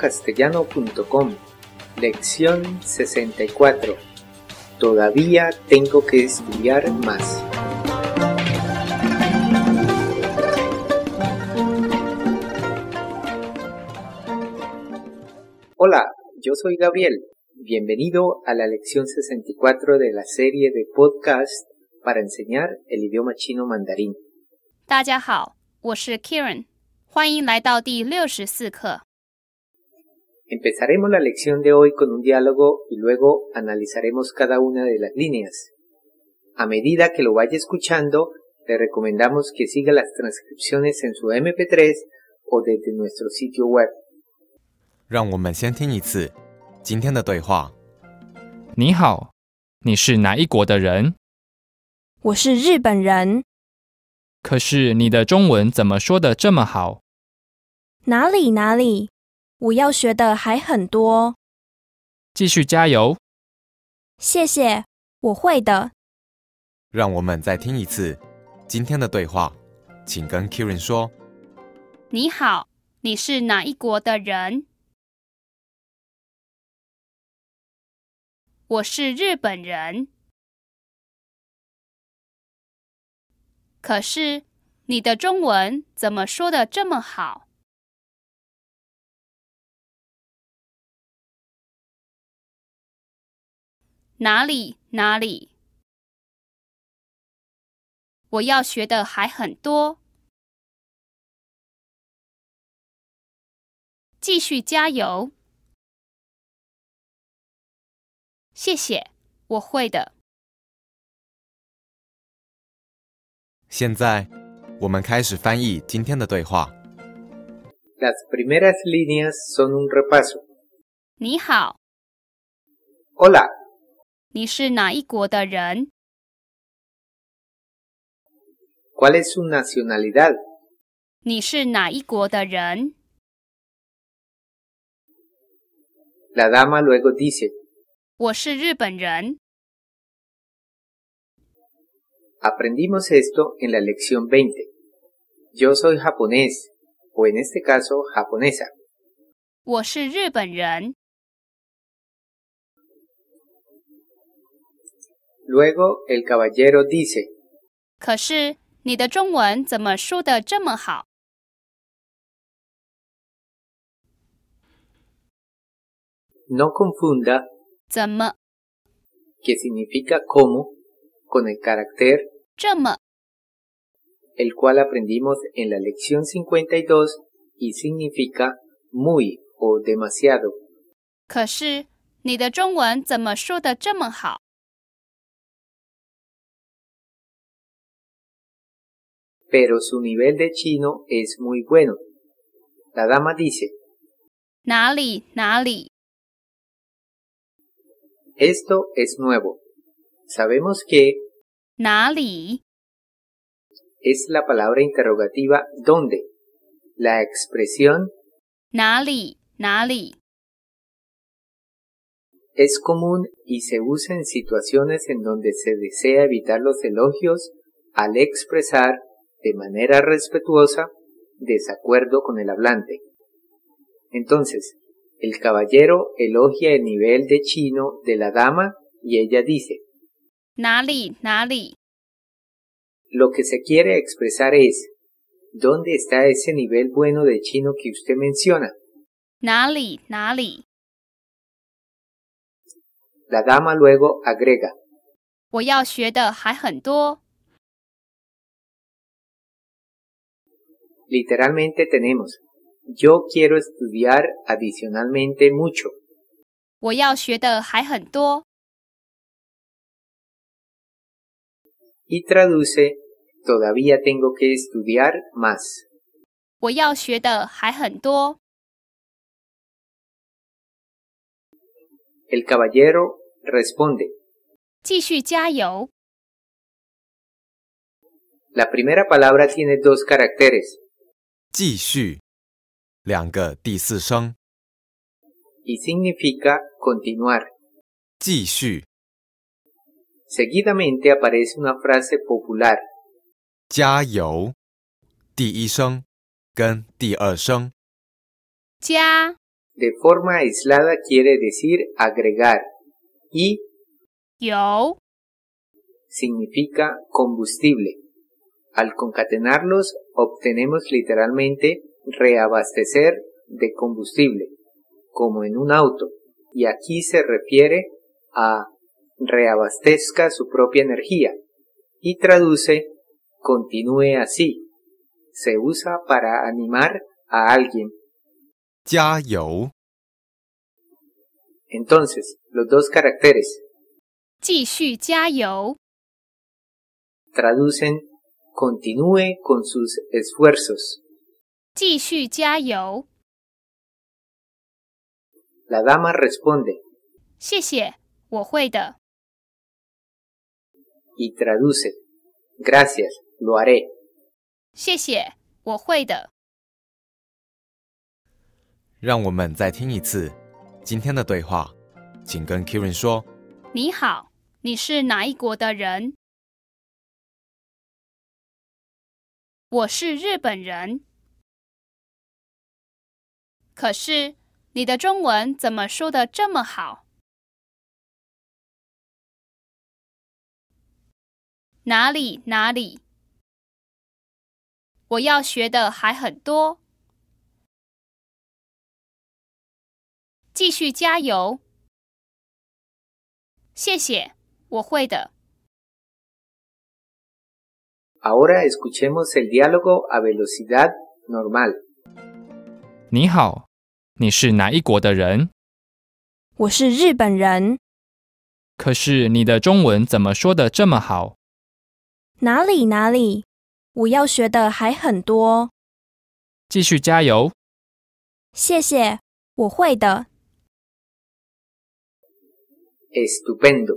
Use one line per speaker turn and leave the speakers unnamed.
chinocastellano.com Lección 64 Todavía tengo que estudiar más. Hola, yo soy Gabriel. Bienvenido a la lección 64 de la serie de podcast para enseñar el idioma chino mandarín.
大家好，我是 Kieran，欢迎来到第六十四课。
Empezaremos la lección de hoy con un diálogo y luego analizaremos cada una de las líneas. A medida que lo vaya escuchando, le recomendamos que siga las transcripciones en su MP3 o desde nuestro sitio web.
让我们先听一次今天的对话。
你好，你是哪一国的人？
我是日本人，
可是你的中文怎么说的这么好？
哪里哪里，我要学的还很多。
继续加油！
谢谢，我会的。
让我们再听一次今天的对话，请跟 Kieran 说。
你好，你是哪一国的人？我是日本人。可是你的中文怎么说的这么好？哪里哪里，我要学的还很多。继续加油！谢谢，我会的。
现在，我们开始翻译今天的对话。
Las primeras líneas son un repaso.
你好，
Hola,
你是哪一国的人？
¿cuál es su nacionalidad?
你是哪一国的人？
La dama luego dice,
我是日本人。
aprendimos esto en la lección 20. Yo soy japonés, o en este caso japonesa.
我是日本人。
Luego el caballero dice,
可是你的中文怎么说的这么好？
no confunda
怎么
que significa como, con el carácter,
这么？
el cual aprendimos en la lección 52 y significa muy o demasiado.
可是你的中文怎么说的这么好？
Pero su nivel de chino es muy bueno. La dama dice,
哪里哪里？
esto es nuevo. Sabemos que
哪里？
es la palabra interrogativa dónde, la expresión
哪里哪里？
es común y se usa en situaciones en donde se desea evitar los elogios al expresar de manera respetuosa desacuerdo con el hablante. Entonces, el caballero elogia el nivel de chino de la dama y ella dice,
哪里哪里？
lo que se quiere expresar es, ¿dónde está ese nivel bueno de chino que usted menciona?
哪里哪里？
La dama luego agrega,
我要学的还很多。
literalmente tenemos, yo quiero estudiar adicionalmente mucho.
我要学的还很多。
y traduce todavía tengo que estudiar más.
我要学的还很多。
El caballero responde.
继续加油！
La primera palabra tiene dos caracteres
继续，两个第四声，
y significa continuar.
继续，
Seguidamente aparece una frase popular
加油，第一声跟第二声，
加
de forma aislada quiere decir agregar y
有
significa combustible. Al concatenarlos obtenemos literalmente reabastecer de combustible, como en un auto, y aquí se refiere a reabastezca su propia energía y traduce continúe así. Se usa para animar a alguien.
加油，
Entonces, los dos caracteres
继续加油，
traducen continúe con sus esfuerzos.
继续加油，
La dama responde
谢谢，我会的。
y traduce gracias, lo haré.
谢谢，我会的。
让我们再听一次今天的对话，请跟 Kieran 说
你好，你是哪一国的人？我是日本人。可是你的中文怎么说的这么好？哪里哪里？我要学的还很多。继续加油！谢谢，我会的。
Ahora escuchemos el diálogo a velocidad normal.
你好，你是哪一国的人？
我是日本人，
可是你的中文怎么说的这么好？
哪里哪里，我要学的还很多。
继续加油！
谢谢，我会的。
Estupendo.